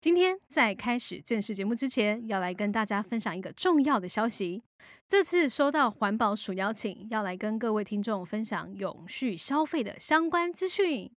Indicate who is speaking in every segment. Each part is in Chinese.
Speaker 1: 今天在开始正式节目之前，要来跟大家分享一个重要的消息。这次收到环保署邀请，要来跟各位听众分享永续消费的相关资讯。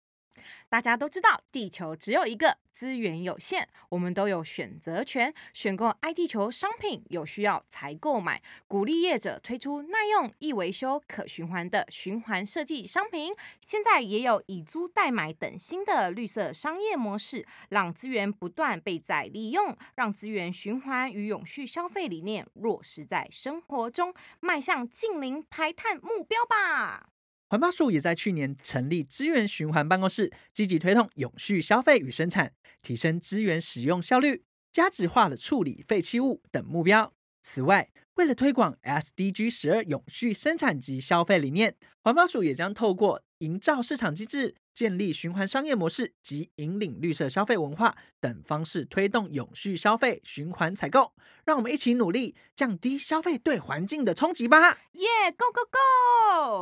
Speaker 2: 大家都知道，地球只有一个，资源有限，我们都有选择权。选购爱地球商品有需要才购买，鼓励业者推出耐用、易维修、可循环的循环设计商品。现在也有以租代买等新的绿色商业模式，让资源不断被再利用，让资源循环与永续消费理念落实在生活中，迈向近零排碳目标吧。
Speaker 3: 环保署也在去年成立资源循环办公室，积极推动永续消费与生产，提升资源使用效率、价值化的处理废弃物等目标。此外，为了推广 SDG 十二永续生产及消费理念，环保署也将透过营造市场机制、建立循环商业模式及引领绿色消费文化等方式，推动永续消费循环采购。让我们一起努力，降低消费对环境的冲击吧！
Speaker 2: 耶、g o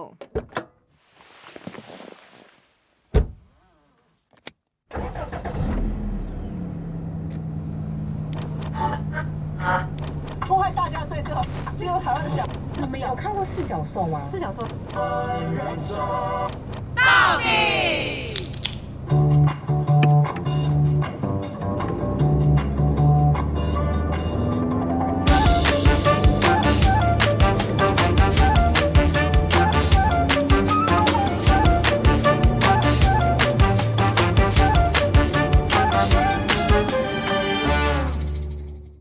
Speaker 2: Go Go！
Speaker 4: 破坏大家对这个这个台湾的想。你们有看过四角兽吗？四角兽。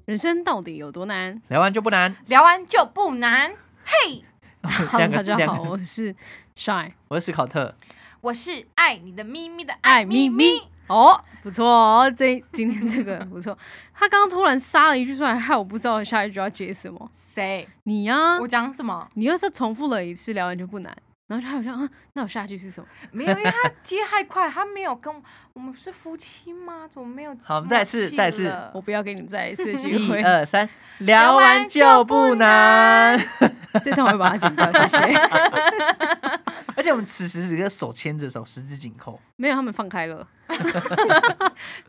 Speaker 1: 人生到底有多难？
Speaker 3: 聊完就不 难。
Speaker 2: 聊完就不难。嘿，
Speaker 1: 哈喽，大家好，我是 Shy
Speaker 3: 我是史考特。
Speaker 2: 我是爱你的咪咪的
Speaker 1: 爱
Speaker 2: 爱
Speaker 1: 咪
Speaker 2: 咪
Speaker 1: 咪
Speaker 2: 咪。
Speaker 1: 哦，不错哦，这今天这个不错。他刚刚突然杀了一句出来，害我不知道下一句要接什么。
Speaker 2: 谁？
Speaker 1: 你呀、
Speaker 2: 我讲什么？
Speaker 1: 你又是重复了一次，聊完就不难。然后他好像啊，那我下一句是什么？
Speaker 2: 没有，因为他接太快，他没有跟我我们是夫妻吗？怎么没有？
Speaker 3: 好我们再次再次
Speaker 1: 我不要给你们再一次 机
Speaker 3: 一
Speaker 1: 会。
Speaker 3: 二三，聊完就不难。
Speaker 1: 这段我会把它剪掉，谢谢。
Speaker 3: 而且我们此时此刻手牵着手，十指紧扣。
Speaker 1: 没有，他们放开了，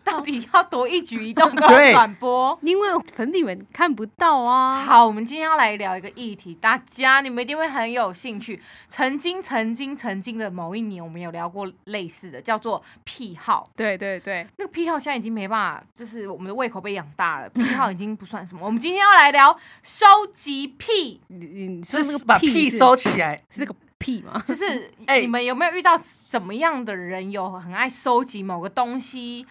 Speaker 2: 到底要多一举一动都
Speaker 3: 对
Speaker 2: 要转播。
Speaker 1: 因为粉底们看不到啊。，
Speaker 2: 好，我们今天要来聊一个议题，大家你们一定会很有兴趣。曾经、曾经、曾经的某一年，我们有聊过类似的，叫做癖好。
Speaker 1: 对对对，
Speaker 2: 那个癖好现在已经没办法，就是我们的胃口被养大了，癖好已经不算什么。我们今天要来聊收集癖，
Speaker 1: 你你说
Speaker 3: 是
Speaker 1: 那个
Speaker 3: 把
Speaker 1: 屁
Speaker 3: 屁
Speaker 1: 是
Speaker 3: 收起来，
Speaker 1: 是个屁吗？
Speaker 2: 就是
Speaker 3: 哎
Speaker 2: 你们有没有遇到怎么样的人有很爱收集某个东西？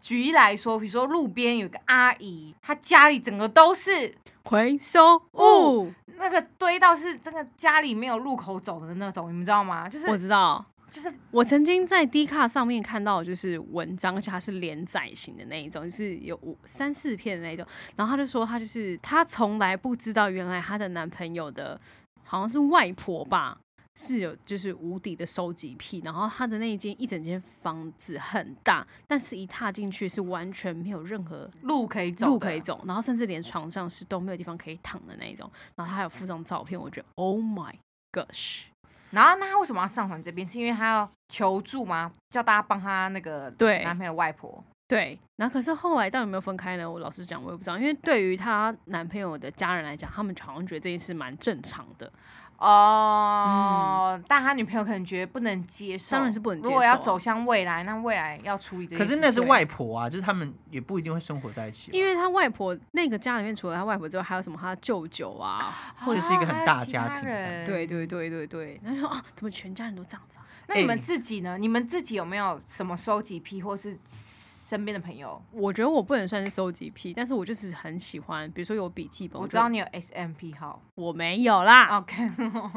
Speaker 2: 举例来说，比如说路边有个阿姨，她家里整个都是
Speaker 1: 回收物，
Speaker 2: 那个堆到是真的家里没有路口走的那种，你们知道吗？就是
Speaker 1: 我知道。
Speaker 2: 就是
Speaker 1: 我曾经在 D 卡上面看到，就是文章，而且它是连载型的那一种，就是有五三四篇的那一种。然后她就说，她就是她从来不知道，原来她的男朋友的好像是外婆吧，是有就是无底的收集癖。然后她的那一间一整间房子很大，但是一踏进去是完全没有任何
Speaker 2: 路可以走，
Speaker 1: 路可以。走，然后甚至连床上是都没有地方可以躺的那一种。然后她还有附上照片，我觉得 Oh my gosh，
Speaker 2: 然后那她为什么要上传这边？是因为她要求助吗？叫大家帮她那个
Speaker 1: 对
Speaker 2: 男朋友外婆。
Speaker 1: 对，然后可是后来到底有没有分开呢？我老实讲，我也不知道，因为对于她男朋友的家人来讲，他们好像觉得这件事蛮正常的。
Speaker 2: 哦，但他女朋友可能觉得不能接
Speaker 1: 嗯
Speaker 2: 受，
Speaker 1: 当然是不能接受啊
Speaker 2: 如果要走向未来，那未来要处理这件
Speaker 3: 可
Speaker 2: 事情。
Speaker 3: 是那是外婆啊，就是他们也不一定会生活在一起吧。
Speaker 1: 因为她外婆那个家里面，除了她外婆之外，还有什么她舅舅啊，
Speaker 2: 啊
Speaker 1: 或者
Speaker 3: 这
Speaker 1: 是、
Speaker 3: 是一个很大家
Speaker 2: 还有
Speaker 3: 庭
Speaker 2: 其他人
Speaker 1: 对对对对对，然后说啊，怎么全家人都这样子、啊？
Speaker 2: 那你们
Speaker 3: 哎
Speaker 2: 自己呢？你们自己有没有什么收集癖，或是身边的朋友？
Speaker 1: 我觉得我不能算是收集癖，但是我就是很喜欢，比如说有笔记本，
Speaker 2: 我
Speaker 1: 我
Speaker 2: 知道啊
Speaker 1: 就
Speaker 2: 你有 S M 癖好
Speaker 1: 我没有啦，
Speaker 2: ，OK，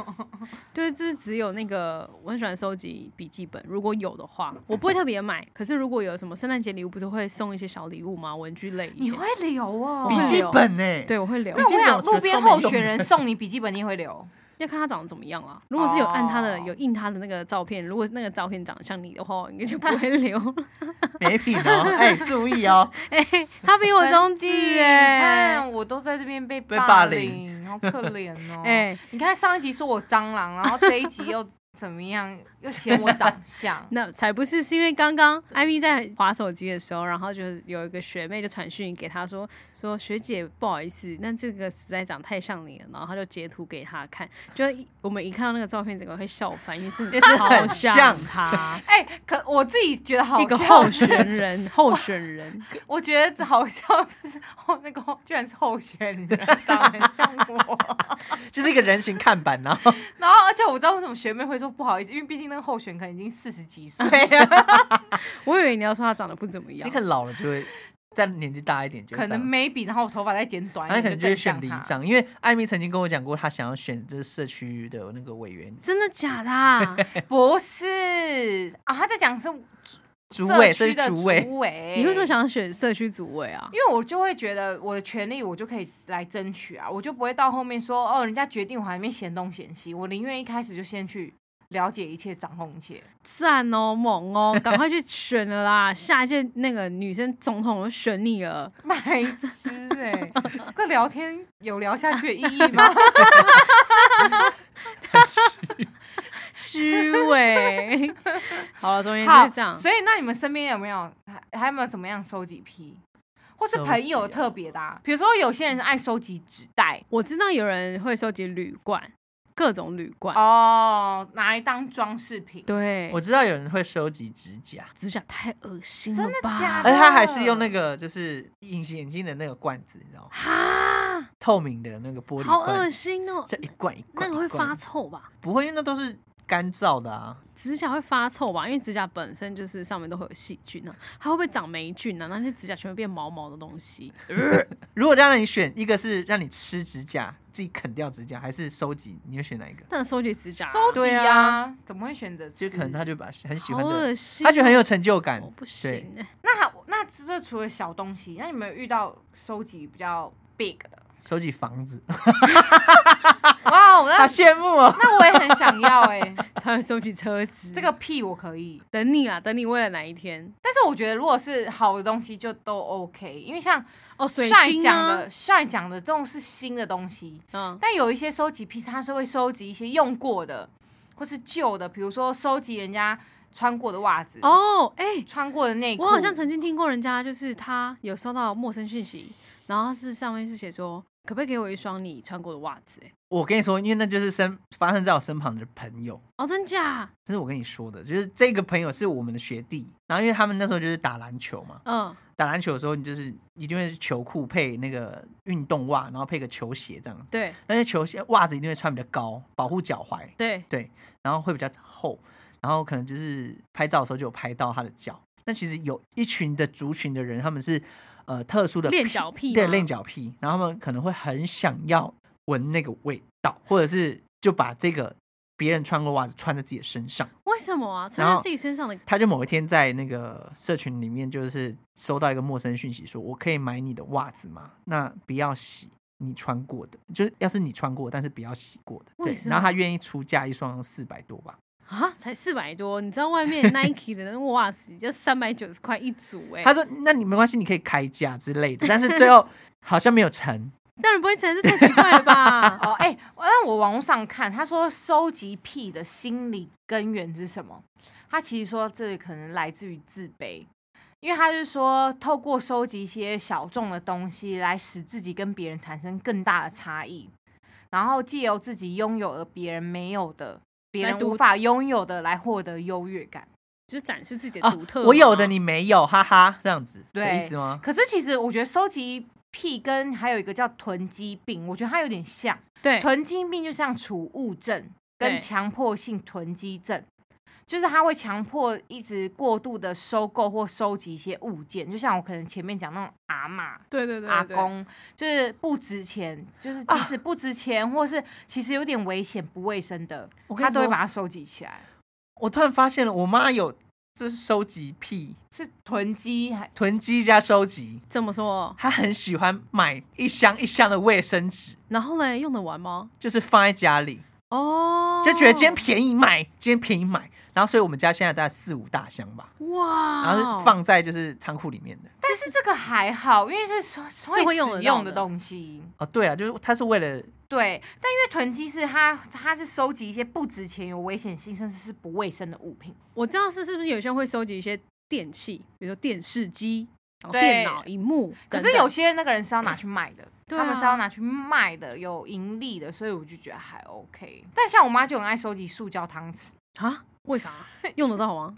Speaker 1: 对，就是只有那个我很喜欢收集笔记本，如果有的话，我
Speaker 2: 嗯
Speaker 1: 不会特别买。可是如果有什么圣诞节礼物，不是会送一些小礼物吗？文具类一些，
Speaker 2: 你会留哦。
Speaker 3: 笔记本呢、
Speaker 1: 对我会留，
Speaker 2: 那我想，路边候选人
Speaker 3: 笔记
Speaker 2: 送你笔记本，你也 会留。
Speaker 1: 要看他长得怎么样啦。如果是有按他的、
Speaker 2: 哦
Speaker 1: 有印他的那个照片，如果那个照片长得像你的话，我应该就不会留。
Speaker 3: 没品哦，哎、注意哦，
Speaker 1: 哎、他比我中
Speaker 2: 分
Speaker 1: 指
Speaker 2: 季你
Speaker 1: 哎、
Speaker 2: 看我哦都在这边被
Speaker 3: 被霸
Speaker 2: 凌，好可怜哦。
Speaker 1: 哎、
Speaker 2: 你看上一集说我蟑螂，然后这一集又怎么样？又嫌我长相？
Speaker 1: 那才不是，是因为刚刚艾米在划手机的时候，然后就是有一个学妹就传讯给她说说学姐不好意思，那这个实在长太像你了，然后她就截图给她看，就一我们一看到那个照片，整个会笑翻，因为真的
Speaker 3: 也是
Speaker 1: 超
Speaker 3: 很
Speaker 1: 像
Speaker 3: 像
Speaker 1: 她
Speaker 2: ，哎、可我自己觉得好
Speaker 1: 一个
Speaker 2: 像
Speaker 1: 候
Speaker 2: 是
Speaker 1: 选人，候选人，
Speaker 2: 我觉得这好像是后那个候居然是候选人，长得很像我。
Speaker 3: 这是一个人形看板，然后
Speaker 2: 然后，而且我知道为什么学妹会说不好意思，因为毕竟那个候选人可能已经四十几岁了，
Speaker 1: 我以为你要说她长得不怎么样
Speaker 3: 你可，能老了就会，再年纪大一点就会
Speaker 2: 可能
Speaker 3: 这样子
Speaker 2: maybe，然后我头发再剪短一
Speaker 3: 那
Speaker 2: 点，
Speaker 3: 可能就会选
Speaker 2: 更
Speaker 3: 里
Speaker 2: 像她。
Speaker 3: 长，因为艾米曾经跟我讲过，她想要选这社区的那个委员、
Speaker 1: 真的假的、啊？
Speaker 2: 不是啊，他在讲是
Speaker 3: 主
Speaker 2: 社
Speaker 3: 委，
Speaker 2: 区
Speaker 3: 社区
Speaker 2: 的
Speaker 3: 主
Speaker 2: 主
Speaker 3: 委。
Speaker 2: 委，
Speaker 1: 你为什么？想要选社区组委啊？
Speaker 2: 因为我就会觉得我的权利我就可以来争取啊，我就不会到后面说哦，人家决定我还没嫌东嫌西，我宁愿一开始就先去了解一切，掌控一切。
Speaker 1: 赞哦，猛哦，赶快去选了啦！下一届那个女生总统都选你了，
Speaker 2: 白痴哎、这聊天有聊下去的意义 吗？
Speaker 1: 虚伪。 好了，总而言之
Speaker 2: 好
Speaker 1: 是这样。
Speaker 2: 所以那你们身边有没有还还有没有怎么样收集癖，或是
Speaker 3: 收
Speaker 2: 朋友
Speaker 3: 集
Speaker 2: 特别的、啊？比如说有些人是爱收集纸袋
Speaker 1: 我知道有人会收集铝罐，各种铝罐。
Speaker 2: 哦，拿来当装饰品。
Speaker 1: 对，
Speaker 3: 我知道有人会收集指甲，
Speaker 1: 指甲太恶心了
Speaker 2: 真的
Speaker 1: 吧？
Speaker 2: 假
Speaker 3: 而
Speaker 2: 的
Speaker 3: 且他还是用那个就是隐形眼镜的那个罐子，你知道吗？
Speaker 1: 哈，
Speaker 3: 透明的那个玻璃
Speaker 1: 好恶
Speaker 3: 罐，
Speaker 1: 心哦！
Speaker 3: 这一罐一
Speaker 1: 那
Speaker 3: 罐。
Speaker 1: 个会
Speaker 3: 一罐
Speaker 1: 发？臭吧？
Speaker 3: 不会，因为那都是干燥的啊。
Speaker 1: 指甲会发臭吧？因为指甲本身就是上面都会有细菌啊，它会不会长霉菌啊？那些指甲全部变毛毛的东西。
Speaker 3: 如果让你选，一个是让你吃指甲，自己啃掉指甲，还是收集，你会选哪一个？
Speaker 1: 但收集指甲啊，
Speaker 2: 收
Speaker 3: 对
Speaker 2: 集
Speaker 3: 啊
Speaker 2: 啊，怎么会选择
Speaker 3: 就
Speaker 2: 吃？
Speaker 3: 可能他就把很喜
Speaker 1: 好
Speaker 3: 欢这个，
Speaker 1: 恶心哦，
Speaker 3: 他觉得很有成就感
Speaker 1: 我。不
Speaker 3: 对
Speaker 1: 行欸。
Speaker 2: 那还那这除了小东西，那你们有遇到收集比较 big 的？
Speaker 3: 收集房子，
Speaker 2: 哇，
Speaker 3: 好
Speaker 2: 那
Speaker 3: 羡慕哦。
Speaker 2: 那我也很想要哎、
Speaker 1: 才会收集车子。
Speaker 2: 这个屁我可以。
Speaker 1: 等你啦，等你为了哪一天
Speaker 2: 但是我觉得如果是好的东西就都 OK，因为像
Speaker 1: 哦，水
Speaker 2: 帅
Speaker 1: 晶
Speaker 2: 讲
Speaker 1: 啊
Speaker 2: 的，帅讲的这种是新的东西，
Speaker 1: 嗯，
Speaker 2: 但有一些收集癖，它是会收集一些用过的或是旧的，比如说收集人家穿过的袜子、
Speaker 1: 哦，哎、
Speaker 2: 穿过的内裤。
Speaker 1: 我好像曾经听过人家就是他有收到陌生讯息，然后是上面是写说可不可以给我一双你穿过的袜子、哎，
Speaker 3: 我跟你说，因为那就是身发生在我身旁的朋友，
Speaker 1: 哦，真假？
Speaker 3: 这是我跟你说的，就是这个朋友是我们的学弟，然后因为他们那时候就是打篮球嘛，
Speaker 1: 嗯，
Speaker 3: 打篮球的时候你就是一定会是球裤配那个运动袜，然后配个球鞋这样，
Speaker 1: 对
Speaker 3: 那些球鞋袜子一定会穿比较高，保护脚踝，
Speaker 1: 对，
Speaker 3: 然后会比较厚，然后可能就是拍照的时候就有拍到他的脚。那其实有一群的族群的人，他们是呃特殊的
Speaker 1: 练脚癖
Speaker 3: 对
Speaker 1: 吗
Speaker 3: 练脚癖，然后他们可能会很想要闻那个味道，或者是就把这个别人穿过袜子穿在自己的身上。
Speaker 1: 为什么啊？
Speaker 3: 然
Speaker 1: 穿在
Speaker 3: 后
Speaker 1: 自己身上的
Speaker 3: 他就某一天在那个社群里面，就是收到一个陌生讯息说，我可以买你的袜子吗？那不要洗。你穿过的，就是要是你穿过，但是不要洗过的。
Speaker 1: 为
Speaker 3: 对，
Speaker 1: 什
Speaker 3: 然后他
Speaker 1: 么
Speaker 3: 愿意出价一双四百多吧，
Speaker 1: 啊，才四百多，你知道外面 Nike 的那个袜子要三百九十块一组、哎，
Speaker 3: 他说：“那你没关系，你可以开价之类的。”但是 最后好像没有成，
Speaker 1: 当然不会承认，这太奇怪了吧？
Speaker 2: 哦，哎、那我网络上看，他说收集癖的心理根源是什么？他其实说这可能来自于自卑，因为他是说透过收集一些小众的东西来使自己跟别人产生更大的差异，然后借由自己拥有而别人没有的。别
Speaker 1: 来
Speaker 2: 人无
Speaker 1: 独
Speaker 2: 法拥有的来获得优越感，
Speaker 1: 就是展示自己的
Speaker 3: 啊
Speaker 1: 独特、
Speaker 3: 我有的，你没有，哈哈，这样子的
Speaker 2: 对
Speaker 3: 意思吗？
Speaker 2: 可是其实我觉得收集癖跟还有一个叫囤积病，我觉得它有点像。
Speaker 1: 对，
Speaker 2: 囤积病就像储物症跟
Speaker 1: 对
Speaker 2: 强迫性囤积症，就是他会强迫一直过度的收购或收集一些物件，就像我可能前面讲那种阿嬷、
Speaker 1: 对对对对
Speaker 2: 阿
Speaker 1: 对
Speaker 2: 公，就是不值钱，就是即
Speaker 3: 啊
Speaker 2: 使不值钱，或是其实有点危险、不卫生的
Speaker 3: 我，跟你
Speaker 2: 他都会
Speaker 3: 说
Speaker 2: 把它收集起来。
Speaker 3: 我突然发现了，我妈有这是收集癖，
Speaker 2: 是囤积还
Speaker 3: 囤积加收集，
Speaker 1: 怎么说？
Speaker 3: 她很喜欢买一箱一箱的卫生纸，
Speaker 1: 然后呢，用得完吗？
Speaker 3: 就是放在家里，
Speaker 1: 哦，
Speaker 3: 就觉得今天便宜买，今天便宜买，然后所以我们家现在大概四五大箱吧，
Speaker 1: 哇，哦
Speaker 3: 然后是放在就是仓库里面的。
Speaker 2: 但是这个还好，因为是是
Speaker 1: 是
Speaker 2: 会
Speaker 1: 会用得
Speaker 2: 使
Speaker 1: 到
Speaker 2: 用的
Speaker 1: 的
Speaker 2: 东西。
Speaker 3: 哦，对啊，就是它是为了
Speaker 1: 哦
Speaker 2: 对，但因为囤积是它，它是收集一些不值钱、有危险性，甚至是不卫生的物品。
Speaker 1: 我知道是是不是有些人会收集一些电器，比如说电视机、然后
Speaker 2: 对
Speaker 1: 电脑、荧幕
Speaker 2: 可
Speaker 1: 等等，
Speaker 2: 是有些那个人是要拿去卖的，
Speaker 1: 对
Speaker 2: 他们
Speaker 1: 啊
Speaker 2: 是要拿去卖的，有盈利的，所以我就觉得还 OK。但像我妈就很爱收集塑胶汤匙，
Speaker 1: 啊，为啥 用得到吗？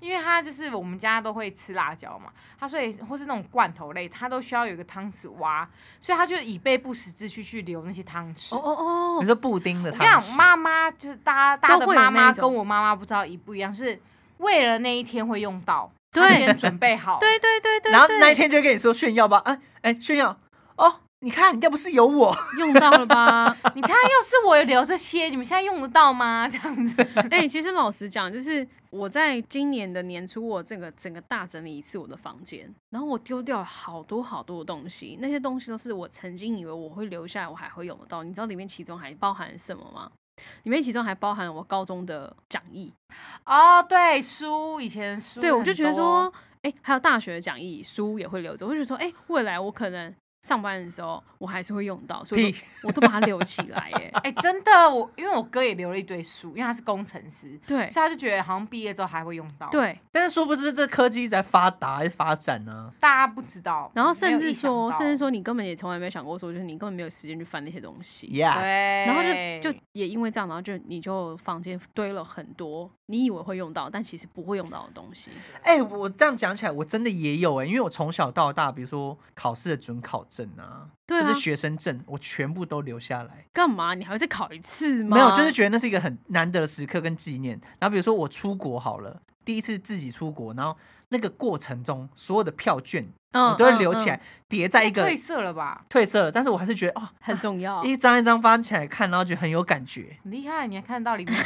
Speaker 2: 因为她就是我们家都会吃辣椒嘛，她所以或是那种罐头类，她都需要有一个汤匙挖，所以她就以备不时之需去留那些汤匙。
Speaker 1: 哦哦哦，
Speaker 3: 你说布丁的
Speaker 2: 我跟
Speaker 3: 汤
Speaker 2: 你讲，
Speaker 3: 匙，
Speaker 2: 妈妈就是大家大家
Speaker 1: 都
Speaker 2: 的
Speaker 1: 会有
Speaker 2: 妈妈
Speaker 1: 那一种
Speaker 2: 跟我妈妈不知道一不一样，是为了那一天会用到，
Speaker 1: 对
Speaker 2: 她先准备好，
Speaker 1: 对对对对，
Speaker 3: 然后
Speaker 1: 对
Speaker 3: 那一天就跟你说炫耀吧，哎哎炫耀哦，你看要不是有我，
Speaker 1: 用到了吧？
Speaker 2: 你看，要是我有留这些，你们现在用得到吗？这样子，
Speaker 1: 哎、其实老实讲，就是我在今年的年初，我整个整个大整理一次我的房间，然后我丢掉了好多好多的东西，那些东西都是我曾经以为我会留下来，我还会用得到。你知道里面其中还包含什么吗？里面其中还包含了我高中的讲义，
Speaker 2: 哦，对，书以前书很多，哦
Speaker 1: 对我就觉得说，哎、还有大学的讲义书也会留着，我就觉得说，哎、未来我可能上班的时候我还是会用到，所以我
Speaker 3: 屁
Speaker 1: 都我都把它留起来 耶。
Speaker 2: 哎、真的，我因为我哥也留了一堆书，因为他是工程师，
Speaker 1: 对
Speaker 2: 所以他就觉得好像毕业之后还会用到，，
Speaker 1: 对，
Speaker 3: 但是殊不知这科技一直在发达在发展啊呢、
Speaker 2: 大家不知道，
Speaker 1: 然后
Speaker 2: 没有
Speaker 1: 甚至
Speaker 2: 意想
Speaker 1: 说，
Speaker 2: 到
Speaker 1: 甚至，说你根本也从来没有想过说，就是你根本没有时间去翻那些东西。
Speaker 3: Yes，
Speaker 2: 对，
Speaker 1: 然后就就也因为这样，然后就你就房间堆了很多你以为会用到，但其实不会用到的东西。
Speaker 3: 哎、我这样讲起来，我真的也有哎、因为我从小到大，比如说考试的准考证啊，
Speaker 1: 对
Speaker 3: 或
Speaker 1: 啊
Speaker 3: 是，学生证，我全部都留下来。
Speaker 1: 干嘛？你还会再考一次吗？
Speaker 3: 没有，就是觉得那是一个很难得的时刻跟纪念。然后比如说我出国好了，第一次自己出国，然后那个过程中所有的票券
Speaker 1: 嗯
Speaker 3: 我都会留起来，
Speaker 1: 嗯嗯
Speaker 3: 叠在一个
Speaker 2: 褪色了吧，
Speaker 3: 褪色了，但是我还是觉得哦，
Speaker 1: 很重要。
Speaker 3: 一张一张翻起来看，然后觉得很有感 觉。
Speaker 2: 很厉害，你还看得到里面的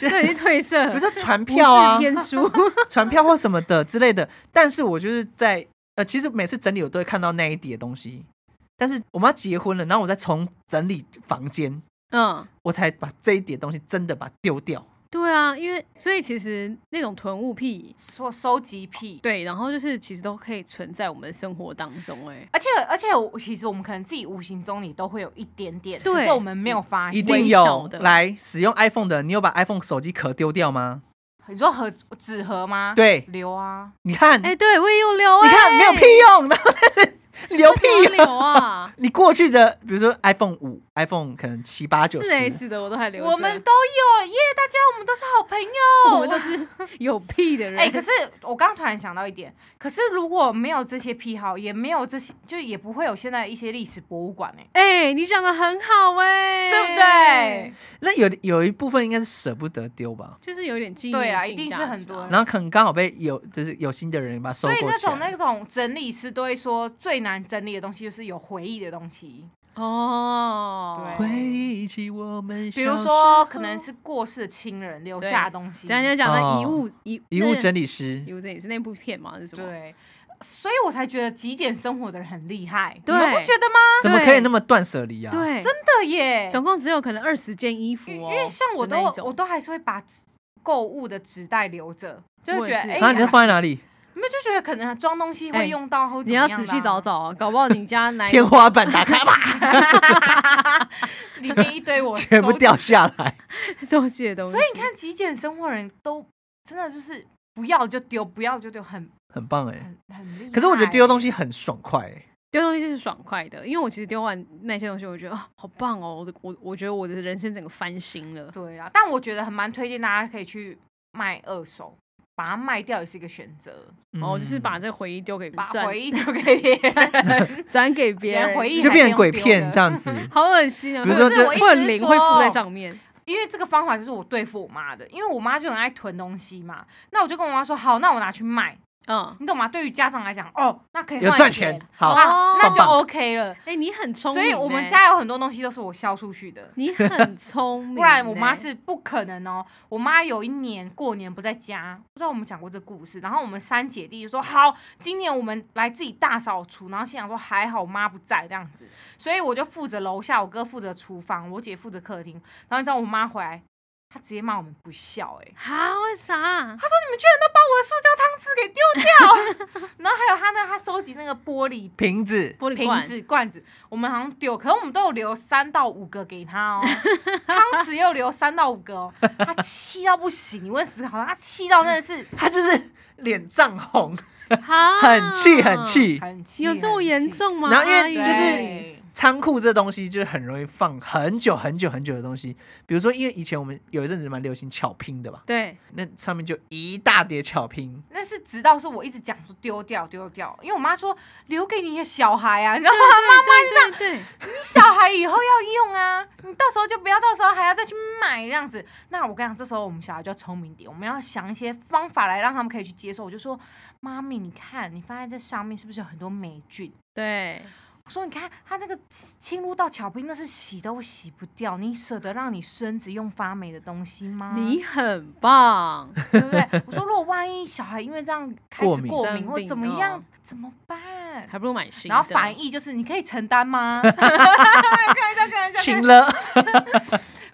Speaker 1: 都已经褪色
Speaker 3: 比
Speaker 1: 了，
Speaker 3: 如说传
Speaker 1: 无
Speaker 3: 票啊
Speaker 1: 字，天书。
Speaker 3: 传票或什么的之类的。但是我就是在呃，其实每次整理我都会看到那一叠东西。但是我们要结婚了，然后我再重整理房间，
Speaker 1: 嗯，
Speaker 3: 我才把这一叠东西真的把它丢掉。
Speaker 1: 对啊，因为所以其实那种囤物癖，
Speaker 2: 说收集癖，
Speaker 1: 对，然后就是其实都可以存在我们的生活当中、
Speaker 3: 嗯
Speaker 1: 哎，
Speaker 2: 而且而且我其实我们可能自己无形中你都会有一点点，
Speaker 1: 对
Speaker 2: 只是我们没有发现，
Speaker 3: 一定
Speaker 1: 微
Speaker 3: 有
Speaker 1: 小的
Speaker 3: 来使用 iPhone 的，你有把 iPhone 手机壳丢掉吗？
Speaker 2: 你说盒纸盒吗？，
Speaker 3: 对，
Speaker 2: 留啊，
Speaker 3: 你看，
Speaker 1: 哎、对我也有留、
Speaker 3: 你
Speaker 1: 哎，
Speaker 3: 看没有屁用，然 后但是留屁
Speaker 1: 为什么要
Speaker 3: 用。！
Speaker 1: 留啊
Speaker 3: 你过去的，比如说 iPhone 五、iPhone 可能七八九
Speaker 1: 是哎、
Speaker 3: 十，
Speaker 1: 是的，我都还留着。
Speaker 2: 我们都有耶，大家我们都是好朋友，
Speaker 1: 我们都是有屁的人。
Speaker 2: 哎、可是我刚刚突然想到一点，可是如果没有这些癖好，也没有这些，就也不会有现在一些历史博物馆哎、
Speaker 1: 哎、你讲的很好哎、
Speaker 2: 对不对？？
Speaker 3: 那有有一部分应该是舍不得丢吧，
Speaker 1: 就是有点纪念
Speaker 2: 对啊
Speaker 1: 性
Speaker 2: 一定
Speaker 1: 价
Speaker 2: 是
Speaker 1: 值
Speaker 2: 很多人
Speaker 3: 然后可能刚好被有就是有心的人把它收
Speaker 2: 所以
Speaker 3: 购
Speaker 2: 那
Speaker 3: 起
Speaker 2: 种那
Speaker 3: 来。
Speaker 2: 种整理师都会说，最难整理的东西就是有回忆的东西，
Speaker 1: 哦。
Speaker 2: 对
Speaker 3: 回忆起我们小
Speaker 2: 比
Speaker 3: 时候，
Speaker 2: 如说可能是过世的亲人留下的东西。
Speaker 1: 等一下就讲到遗
Speaker 3: 哦
Speaker 1: 物遗
Speaker 3: 遗物
Speaker 1: 那
Speaker 3: 整理师
Speaker 1: 遗物整理是那部片吗？还是什么？
Speaker 2: 对，所以我才觉得极简生活的人很厉害，
Speaker 1: 对
Speaker 2: 你们不觉得吗？
Speaker 3: 怎么可以那么断舍离啊？，
Speaker 1: 对，
Speaker 2: 真的耶，
Speaker 1: 总共只有可能二十件衣服
Speaker 2: 因因
Speaker 1: 哦。
Speaker 2: 为像我
Speaker 1: 的
Speaker 2: 都
Speaker 1: 那一种
Speaker 2: 我都还是会把购物的纸袋留着，就
Speaker 1: 我
Speaker 2: 会觉
Speaker 1: 也
Speaker 2: 得
Speaker 1: 是
Speaker 2: 哎，
Speaker 3: 啊然后你就放在哪里？
Speaker 2: 你们就觉得可能装东西
Speaker 1: 哎
Speaker 2: 会用到，或者
Speaker 1: 你要仔细找
Speaker 2: 找，
Speaker 1: 找啊，搞不好你家
Speaker 2: 哎
Speaker 1: 哪一
Speaker 3: 天花板 打开吧，
Speaker 2: 里面一堆我
Speaker 3: 全部
Speaker 2: 收集
Speaker 3: 掉。下来。
Speaker 1: 收集的东西。
Speaker 2: 所以你看，极简生活人都真的就是不要就丢，不要就丢，很
Speaker 3: 很棒哎、
Speaker 2: 很很厉害。
Speaker 3: 可是我觉得丢东西很爽快、欸，
Speaker 1: 丢东西就是爽快的，因为我其实丢完那些东西，我觉得啊，好棒哦！我的我我觉得我的人生整个翻新了。
Speaker 2: 对啦，但我觉得很蛮推荐大家可以去卖二手，把它卖掉也是一个选择，
Speaker 1: 然后就是把
Speaker 3: 嗯
Speaker 1: 这个回忆丢给
Speaker 2: 哦把
Speaker 1: 转
Speaker 2: 回忆丢给别人。
Speaker 1: 转给别
Speaker 2: 连
Speaker 1: 人，
Speaker 2: 回忆
Speaker 3: 就变
Speaker 2: 才
Speaker 3: 成鬼
Speaker 2: 不用丢
Speaker 3: 片
Speaker 2: 的
Speaker 3: 这 样子。
Speaker 1: 好恶心啊！
Speaker 3: 比如
Speaker 1: 会有
Speaker 3: 说就
Speaker 2: 我意思
Speaker 1: 会有
Speaker 2: 是
Speaker 1: 零
Speaker 2: 说
Speaker 1: 会附在上面，
Speaker 2: 因为这个方法就是我对付我妈的，因为我妈就很爱囤东西嘛。那我就跟我妈说，好，那我拿去卖，
Speaker 1: 嗯，
Speaker 2: 你懂吗？对于家长来讲，哦，那可以
Speaker 3: 有
Speaker 2: 换
Speaker 3: 赚
Speaker 2: 钱
Speaker 3: 钱，，好，
Speaker 2: 啊，那
Speaker 3: 棒
Speaker 2: 就
Speaker 3: 棒
Speaker 2: OK 了。
Speaker 1: 哎、你很聪
Speaker 2: 所
Speaker 1: 明、
Speaker 2: 以我们，家有很多东西都是我销出去的，
Speaker 1: 你 很聪明、
Speaker 2: 不然我妈，是不可能哦。我妈有一年过年不在家，不知道我们讲过这故事。然后我们三姐弟就说：“好，今年我们来自己大扫除。”然后心想说：“还好我妈不在这样子。”所以我就负责楼下，我哥负责厨房，我姐负责客厅。然后你知道我妈回来，他直接骂我们不孝、哎，
Speaker 1: 哈，为啥？
Speaker 2: 他说你们居然都把我的塑胶汤匙给丢掉， 然后还有他那他收集那个玻璃
Speaker 3: 瓶子
Speaker 1: 玻璃
Speaker 2: 瓶
Speaker 1: 罐，
Speaker 2: 子、罐子，我们好像丢，可能我们都有留三到五个给 他哦，汤匙也有留三到五个哦，他气到不行。你问思考，他气到真的是
Speaker 3: 他就是脸涨红，
Speaker 2: 啊
Speaker 1: 哈，
Speaker 3: 很气很，气。
Speaker 2: 很气，
Speaker 1: 有这么
Speaker 2: 很
Speaker 1: 严
Speaker 2: 气？
Speaker 1: 重吗？哎
Speaker 3: 然后因为
Speaker 1: 阿姨
Speaker 3: 就是仓库这东西就是很容易放很久很久很久的东西，比如说，因为以前我们有一阵子蛮流行巧拼的吧，
Speaker 1: 对，
Speaker 3: 那上面就一大叠 巧拼，
Speaker 2: 那是直到是我一直讲说丢掉丢掉，因为我妈说留给你的小孩啊，然后她妈
Speaker 1: 对
Speaker 2: 妈
Speaker 1: 对对，
Speaker 2: 你小孩以后要用啊，你到时候就不要到时候还要再去买这样子。那我跟你讲，这时候我们小孩就要聪明一点，我们要想一些方法来让他们可以去接受。我就说，妈咪，你看你发现这上面是不是有很多霉菌？
Speaker 1: 对，
Speaker 2: 我说，你看它那个侵入到巧克力，那是洗都洗不掉，你舍得让你孙子用发霉的东西 吗？
Speaker 1: 你很棒，
Speaker 2: 对不对？我说，如果万一小孩因为这样开
Speaker 3: 过
Speaker 2: 始
Speaker 3: 敏
Speaker 2: 过
Speaker 1: 生
Speaker 2: 敏或
Speaker 1: 病
Speaker 2: 怎么样
Speaker 1: 哦，
Speaker 2: 怎么 办？
Speaker 1: 还不如买新的。
Speaker 2: 然后反义就是你可以承担吗？ 开玩笑，开玩笑，
Speaker 3: 请了，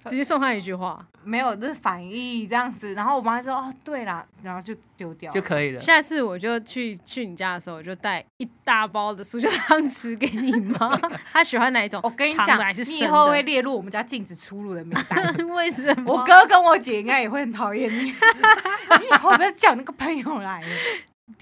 Speaker 1: 直接送他一句话，
Speaker 2: 没有，就是反义这样子。然后我妈说：“哦，对啦。”然后就丢掉了
Speaker 3: 就可以了。
Speaker 1: 下次我就去去你家的时候，我就带一大包的塑胶汤匙给你 妈，她喜欢哪一种？
Speaker 2: 我跟你
Speaker 1: 长的还
Speaker 2: 讲，
Speaker 1: 是生
Speaker 2: 你以
Speaker 1: 的
Speaker 2: 后会列入我们家禁止出入的名 单。
Speaker 1: 为什么？
Speaker 2: 我哥跟我姐应该也会很讨厌你，你以后不要叫那个朋友来。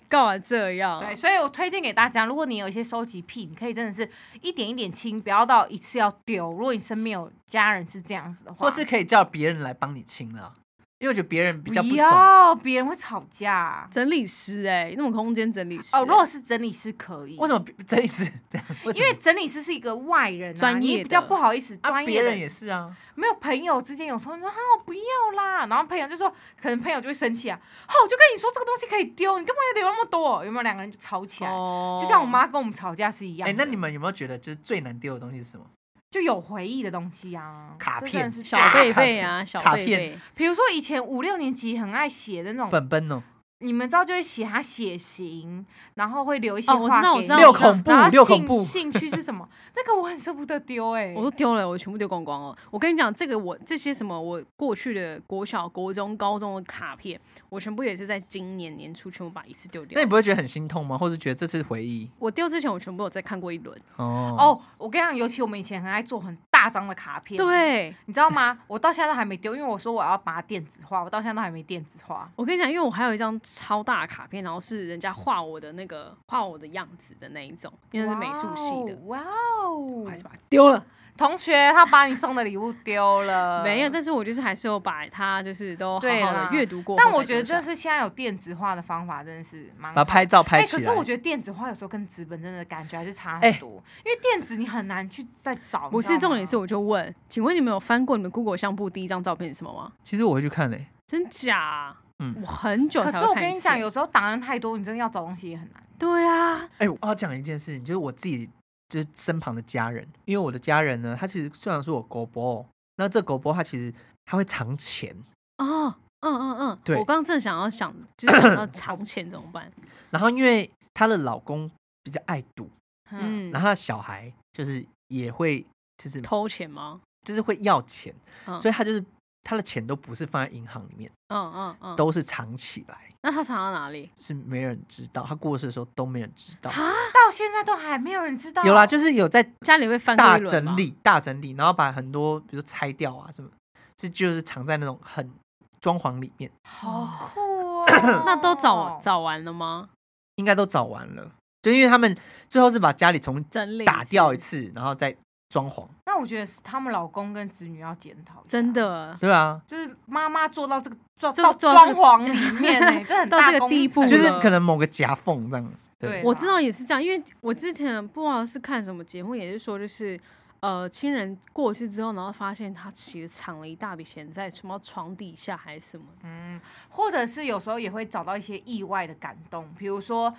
Speaker 1: 干嘛这
Speaker 3: 哦
Speaker 1: 样？
Speaker 2: 对，所以我推荐给大家，如果你有一些收集癖，你可以真的是一点一点清，不要到一次要丢。如果你身边有家人是这样子的话，
Speaker 3: 或是可以叫别人来帮你清了，因为我觉得别人比较不
Speaker 2: 不
Speaker 3: 懂。
Speaker 2: 要，别人会吵架。
Speaker 1: 整理师哎、那种空间整理师欸
Speaker 2: 哦，如果是整理师可以，
Speaker 3: 为什么这一次 这样？
Speaker 2: 因为整理师是一个外人、啊，
Speaker 1: 专业
Speaker 2: 你
Speaker 1: 的
Speaker 2: 比较不好意思，
Speaker 3: 啊，
Speaker 2: 专业
Speaker 3: 别
Speaker 2: 的、
Speaker 3: 人也是啊，
Speaker 2: 没有朋友之间，有时候你说哈、啊我不要啦，然后朋友就说，可能朋友就会生气啊，哈、我就跟你说这个东西可以丢，你干嘛要留那么多？有没有两个人就吵起来？
Speaker 1: 哦
Speaker 2: 就像我妈跟我们吵架是一样
Speaker 3: 哎
Speaker 2: 的。，
Speaker 3: 那你们有没有觉得就是最难丢的东西是什么？
Speaker 2: 就有回忆的东西啊，
Speaker 3: 卡片
Speaker 2: 这真的是
Speaker 1: 小
Speaker 2: 卡
Speaker 1: 贝贝啊，小
Speaker 3: 卡
Speaker 1: 贝贝
Speaker 3: 片，
Speaker 2: 比如说以前五六年级很爱写的那种，
Speaker 3: 本本哦，
Speaker 2: 你们知道就会写他血型，然后会留一些
Speaker 1: 哦我知
Speaker 2: 话
Speaker 1: 道我
Speaker 2: 给
Speaker 1: 知道
Speaker 2: 你
Speaker 3: 六恐怖
Speaker 2: 然后，
Speaker 3: 六
Speaker 2: 兴
Speaker 3: 恐怖，
Speaker 2: 兴趣是 什么？那个我很舍不得丢哎、
Speaker 1: 我都丢了，我全部丢光光了。我跟你讲，这个我这些什么，我过去的国小、国中、高中的卡片，我全部也是在今年年初全部把一次丢掉
Speaker 3: 那你。不会觉得很心痛吗？或者觉得这次回忆
Speaker 1: 我丢之前，我全部有再看过一轮。
Speaker 3: 哦
Speaker 2: 哦，我跟你讲，尤其我们以前很爱做很大张的卡片，
Speaker 1: 对，
Speaker 2: 你知道吗？我到现在都还没丢，因为我说我要把它电子化，我到现在都还没电子化。
Speaker 1: 我跟你讲，因为我还有一张超大的卡片，然后是人家画我的那个画我的样子的那一种，因为是美术系的，
Speaker 2: 哇哦！
Speaker 1: 我
Speaker 2: 哇
Speaker 1: 还
Speaker 2: 哦
Speaker 1: 是把它丢了。
Speaker 2: 同学他把你送的礼物丢了，
Speaker 1: 没有，但是我就是还是有把它就是都好
Speaker 2: 呃对
Speaker 1: 好
Speaker 2: 啦
Speaker 1: 的阅读过后再丢
Speaker 2: 但
Speaker 1: 下来。
Speaker 2: 我觉得这是现在有电子化的方法，真的是蛮
Speaker 3: 把
Speaker 2: 好
Speaker 3: 拍照拍
Speaker 2: 哎、
Speaker 3: 起
Speaker 2: 可
Speaker 3: 来。哎
Speaker 2: 是我觉得电子化有时候跟纸本真的感觉还是差很多，因为电子你很难去再找。
Speaker 1: 不
Speaker 2: 你知道
Speaker 1: 是
Speaker 2: 吗
Speaker 1: 重点是，我就问，请问你们有翻过你们 Google 相簿第一张照片是什么吗？
Speaker 3: 其实我会去看嘞、欸
Speaker 1: 真假？
Speaker 3: 嗯
Speaker 1: 我很久才
Speaker 2: 可
Speaker 1: 会
Speaker 2: 是我
Speaker 1: 看
Speaker 2: 跟
Speaker 1: 一
Speaker 2: 你
Speaker 1: 次
Speaker 2: 讲，有时候档案太多，你真的要找东西也很难。
Speaker 1: 对啊，
Speaker 3: 哎、我要讲一件事情，就是我自己就是身旁的家人，因为我的家人呢，他其实虽然说我狗博，那这狗博他其实他会藏钱，
Speaker 1: 哦，嗯嗯嗯，
Speaker 3: 对
Speaker 1: 我刚刚正想要想，就是想到藏钱怎么 办？
Speaker 3: 然后因为她的老公比较爱赌，
Speaker 1: 嗯
Speaker 2: 嗯，
Speaker 3: 然，后她的小孩就是也会就是
Speaker 1: 偷钱吗？
Speaker 3: 就是会要钱，
Speaker 1: 嗯
Speaker 3: 所以她就是她的钱都不是放在银行里面，
Speaker 1: 嗯嗯嗯，
Speaker 3: 都是藏起来，
Speaker 1: 那他藏到哪里？
Speaker 3: 是没人知道。她过世的时候都没人知道。
Speaker 1: 哈，
Speaker 2: 到现在都还没有人知道。
Speaker 3: 有啦，就是有在
Speaker 1: 家里被翻过
Speaker 3: 大
Speaker 1: 一轮吗。
Speaker 3: 整理、大整理，然后把很多比如说拆掉啊什么，这就是藏在那种很装潢里面，
Speaker 2: 好 酷哦
Speaker 1: 那都 找找完了吗？
Speaker 3: 应该都找完了。就因为他们最后是把家里重
Speaker 1: 整理
Speaker 3: 打掉一，次，然后再装潢。
Speaker 2: 那我觉得是他们老公跟子女要检讨，
Speaker 1: 真，的。
Speaker 3: 对啊，
Speaker 2: 就是妈妈做到这个做
Speaker 1: 做
Speaker 2: 到
Speaker 1: 做到
Speaker 2: 装
Speaker 1: 这个
Speaker 2: 潢里 面呢、这很
Speaker 1: 到
Speaker 2: 大
Speaker 1: 这个
Speaker 2: 工
Speaker 1: 地
Speaker 2: 程
Speaker 1: 步
Speaker 3: 就是
Speaker 1: 了
Speaker 3: 可能某个夹缝这样。对，
Speaker 2: 对
Speaker 1: 我知道也是这样，因为我之前不知道是看什么节目，也是说就是。呃，亲人过世之后，然后发现他其实藏了一大笔钱在什么床底下还是什么，
Speaker 2: 嗯，或者是有时候也会找到一些意外的感动，比如说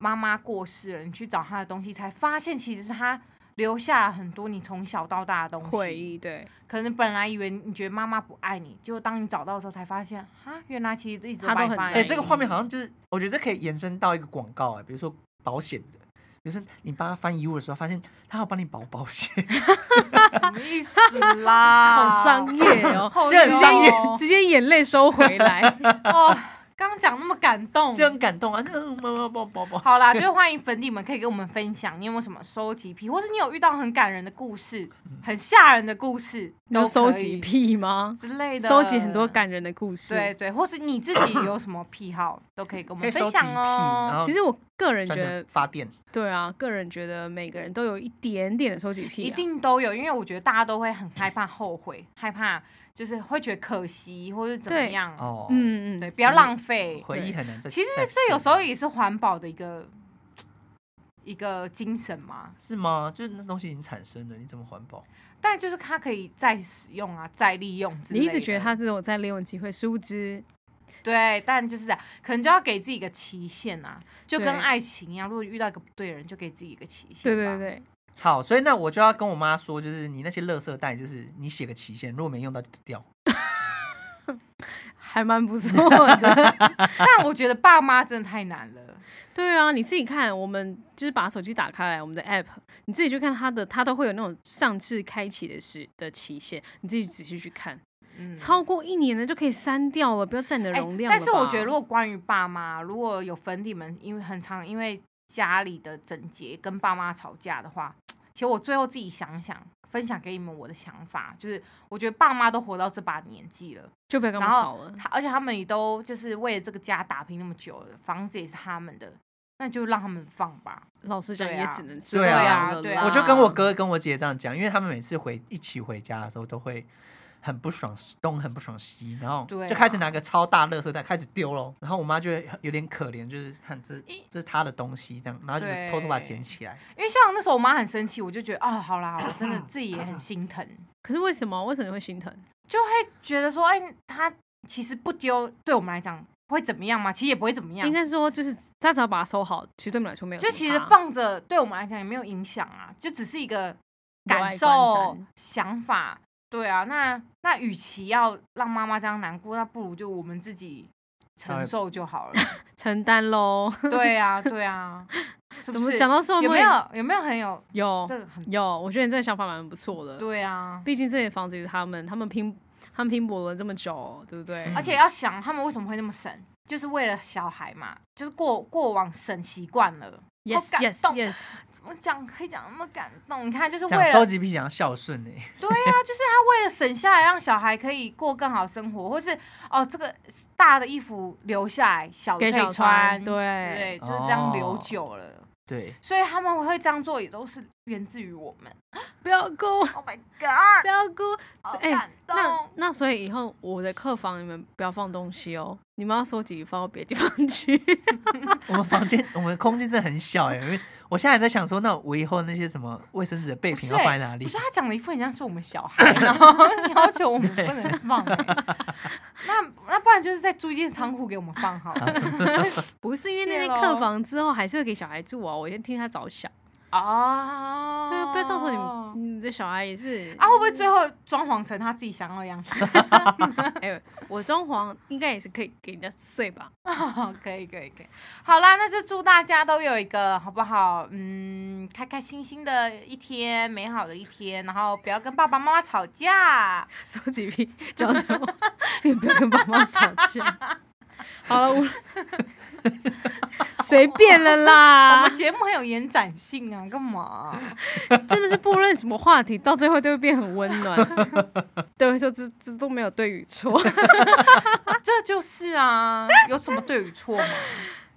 Speaker 2: 妈妈过世了，你去找她的东西，才发现其实是她留下了很多你从小到大的东
Speaker 1: 回
Speaker 2: 西。
Speaker 1: 忆对，
Speaker 2: 可能本来以为你觉得妈妈不爱你，结果当你找到的时候，才发现啊，原来其实一直
Speaker 1: 她都
Speaker 2: 把你
Speaker 1: 很
Speaker 2: 放在
Speaker 3: 哎、
Speaker 1: 在意
Speaker 2: 心
Speaker 3: 啊这个画面好像就是，我觉得这可以延伸到一个广告哎、比如说保险的，有时候你帮他翻遗物的时候，发现他要帮你保保险，
Speaker 2: 什么意思 啦？
Speaker 1: 好商业 哦，
Speaker 2: 好
Speaker 3: 就很
Speaker 2: 有
Speaker 3: 商业
Speaker 2: 哦
Speaker 1: 直接眼泪收回来。
Speaker 2: 哦，刚刚讲那么感动，
Speaker 3: 就很感动啊！嗯，妈妈抱抱抱。
Speaker 2: 好 啦，就是欢迎粉底们可以给我们分享，你有没有什么收集癖，或是你有遇到很感人的故事、
Speaker 3: 嗯
Speaker 2: 很吓人的故事，
Speaker 1: 你有
Speaker 2: 都
Speaker 1: 收
Speaker 2: 可
Speaker 1: 集
Speaker 2: 以
Speaker 1: 癖吗？
Speaker 2: 之类的，
Speaker 1: 收集很多。感人的故事。
Speaker 2: 对对，或是你自己有什么癖 好，都可以跟我
Speaker 3: 可
Speaker 2: 们
Speaker 3: 以
Speaker 2: 分
Speaker 3: 收集癖，
Speaker 2: 享
Speaker 3: 然
Speaker 2: 哦。
Speaker 3: 后
Speaker 1: 其实我个人觉
Speaker 3: 转
Speaker 1: 得
Speaker 3: 成，发电，
Speaker 1: 对啊，个人觉得每个人都有一点点的收集癖、啊，
Speaker 2: 一定都有，因为我觉得大家都会很害怕后悔，害怕就是会觉得可惜，或是怎么
Speaker 1: 对
Speaker 2: 样。
Speaker 3: 哦，，
Speaker 1: 嗯，嗯
Speaker 2: 对，
Speaker 1: 嗯，
Speaker 2: 不要浪费。
Speaker 3: 回忆很难再。
Speaker 2: 其实
Speaker 3: 再
Speaker 2: 这有
Speaker 3: 现
Speaker 2: 时候也是环保的一个一个精神嘛，
Speaker 3: 是吗？就是那东西已经产生了，你怎么环保？
Speaker 2: 但就是它可以再使用啊，再利用之类
Speaker 1: 你
Speaker 2: 的。
Speaker 1: 一直觉得他只有在利用机会，殊不知
Speaker 2: 对，但就是这样，可能就要给自己一个期限啊，就跟
Speaker 1: 对
Speaker 2: 爱情一样，如果遇到一个不对的人，就给自己一个期
Speaker 1: 对
Speaker 2: 限。
Speaker 1: 对，对，
Speaker 3: 好，所以那我就要跟我妈说，就是你那些垃圾袋，就是你写个期限，如果没用到就掉。
Speaker 1: 还蛮不错的。
Speaker 2: 但我觉得爸妈真的太难了。
Speaker 1: 对啊，你自己看，我们就是把手机打开来，我们的 app，你自己去看它的，它都会有那种上至开启的时的期限，你自己仔细去看，
Speaker 2: 嗯 哎
Speaker 1: 超过一年的就可以删掉了，不要占你的容量了吧、
Speaker 2: 但是我觉得，如果关于爸妈，如果有粉底们因为很常因为家里的整洁跟爸妈吵架的话，其实我最后自己想想，分享给你们我的想法，就是我觉得爸妈都活到这把年纪了，
Speaker 1: 就不要跟我
Speaker 2: 然
Speaker 1: 们
Speaker 2: 后
Speaker 1: 吵了。
Speaker 2: 他而且他们也都就是为了这个家打拼那么久了，房子也是他们的，那就让他们放吧。
Speaker 1: 老实讲，
Speaker 2: 对
Speaker 1: 也
Speaker 2: 啊
Speaker 1: 只能这
Speaker 3: 对啊
Speaker 1: 样了
Speaker 2: 对
Speaker 1: 啦
Speaker 2: 啊
Speaker 3: 我就跟我哥跟我姐这样讲，因为他们每次回一起回家的时候都会。很不爽东，很不爽西，然后
Speaker 2: 对啊
Speaker 3: 就开始拿个超大垃圾袋开始丢咯。然后我妈就会有点可怜，就是看这
Speaker 2: 一
Speaker 3: 这是她的东西这样，然后就
Speaker 2: 对
Speaker 3: 偷偷把它捡起来。
Speaker 2: 因为像那时候我妈很生气，我就觉得哦，好啦好啦，真的 自己也很心疼，
Speaker 1: 可是为什么？为什么你会心疼？
Speaker 2: 觉得说哎、他其实不丢，对我们来讲会怎么样吗？其实也不会怎么样，
Speaker 1: 应该说就是他只要把它收好，其实对我们来说没有什
Speaker 2: 就
Speaker 1: 么差。
Speaker 2: 其实放着对我们来讲也没有影响啊，就只是一个感
Speaker 1: 有碍
Speaker 2: 受
Speaker 1: 观瞻、
Speaker 2: 想法。对啊，那那与其要让妈妈这样难过，那不如就我们自己承受就好 了。
Speaker 1: 承担喽。
Speaker 2: 对啊，对啊，是不
Speaker 1: 怎么
Speaker 2: 是？
Speaker 1: 讲到这
Speaker 2: 有
Speaker 1: 么
Speaker 2: 没有有没有很有
Speaker 1: 有
Speaker 2: 这个很
Speaker 1: 有，我觉得你这个想法蛮不错的。
Speaker 2: 对啊？
Speaker 1: 毕竟这些房子也是他们，他们拼他们拼搏了这么久，对不对？
Speaker 3: 嗯
Speaker 2: 而且要想他们为什么会那么省，就是为了小孩嘛，就是过过往省习惯了。
Speaker 1: yes
Speaker 2: 好感
Speaker 1: yes
Speaker 2: 动啊
Speaker 1: yes，
Speaker 2: 怎么讲可以讲那么感动？你看，就是为
Speaker 3: 讲
Speaker 2: 了
Speaker 3: 收集癖，讲要孝顺哎、
Speaker 2: 对啊，就是他为了省下来，让小孩可以过更好生活，或是哦，这个大的衣服留下来，小的
Speaker 1: 给
Speaker 2: 可
Speaker 1: 小
Speaker 2: 以
Speaker 1: 川
Speaker 2: 穿，
Speaker 1: 对，
Speaker 2: 对，就是这样留久了。
Speaker 3: 对，
Speaker 2: 所以他们会这样做，也都是源自于我们。
Speaker 1: 不要哭，
Speaker 2: Oh my
Speaker 1: 不
Speaker 2: god！
Speaker 1: 要哭。
Speaker 2: 好
Speaker 1: 哎
Speaker 2: 感动。
Speaker 1: 那那所以以后我的客房你们不要放东西哦，你们要收集放到别的地方去。
Speaker 3: 我们房间我们空间真的很小哎、因为我现在还在想说，那我以后那些什么卫生纸的备品
Speaker 2: 不
Speaker 3: 要
Speaker 2: 哦是欸
Speaker 3: 放在哪里
Speaker 2: 不是？他讲的一副很像是我们小孩，然后 要求我们不能放、欸。那那不然就是再租一间仓库给我们放好了。
Speaker 1: 不是因为
Speaker 2: 谢
Speaker 1: 那边
Speaker 2: 咯
Speaker 1: 客房之后还是会给小孩住哦，我先替他着想。
Speaker 2: 哦，
Speaker 1: 对啊，不要到时候你们你的小孩也是
Speaker 2: 啊，会不会最后装潢成他自己想要的样子？
Speaker 1: 哎、我装潢应该也是可以给人家睡吧？
Speaker 2: 哦，可以可以可以，好啦，那就祝大家都有一个好不好？嗯，开开心心的一天，美好的一天，然后不要跟爸爸妈妈吵架。
Speaker 1: 收集癖叫什么？也不要跟爸妈吵架。好了，我随便了
Speaker 2: 我
Speaker 1: 啦
Speaker 2: 们，节目很有延展性啊，干嘛？
Speaker 1: 真的是不论什么话题，到最后都会变很温暖。对，说这这都没有对与错，
Speaker 2: 这就是啊，有什么对与错吗？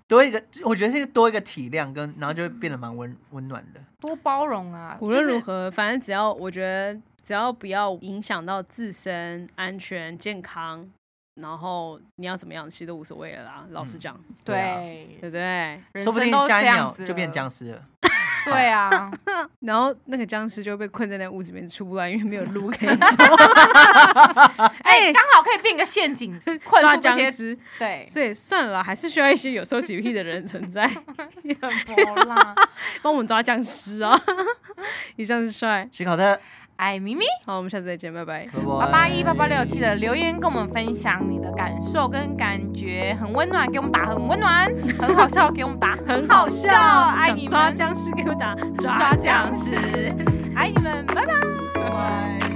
Speaker 3: 多一个，我觉得是多一个体谅跟，然后就会变得蛮温温暖的。
Speaker 2: 多包容啊，
Speaker 1: 无论
Speaker 2: 就是
Speaker 1: 如何，反正只要我觉得只要不要影响到自身安全健康，然后你要怎么样其实都无所谓了啦。老实讲，
Speaker 3: 啊，
Speaker 2: 对，
Speaker 1: 对不对？
Speaker 2: 人
Speaker 3: 说不定
Speaker 2: 生都
Speaker 3: 下一
Speaker 2: 这样
Speaker 3: 秒
Speaker 2: 子
Speaker 3: 就变
Speaker 2: 了
Speaker 3: 僵尸了。
Speaker 2: 对 啊，
Speaker 1: 然后那个僵尸就被困在那屋子里面出不来，因为没有路可以 走，
Speaker 2: 哎，刚好可以变个陷 阱，困
Speaker 1: 抓
Speaker 2: 住这
Speaker 1: 僵
Speaker 2: 些。
Speaker 1: 尸。
Speaker 2: 对，
Speaker 1: 所以算了啦，还是需要一些有收集癖的人存在，
Speaker 2: 什么啦？
Speaker 1: 帮我们抓僵尸啊！以上是帅，
Speaker 3: 写好的，
Speaker 2: 爱哎咪咪，
Speaker 1: 好，我们下次再见，拜拜。
Speaker 2: 八八一八八六，记得留言跟我们分享你的感受跟感觉，很温暖，给我们打很温暖，很好笑，给我们打 很好笑，啊爱
Speaker 1: 想
Speaker 2: 你
Speaker 1: 抓
Speaker 2: 们，
Speaker 1: 僵尸给我打
Speaker 2: 抓僵尸，爱你们，拜拜。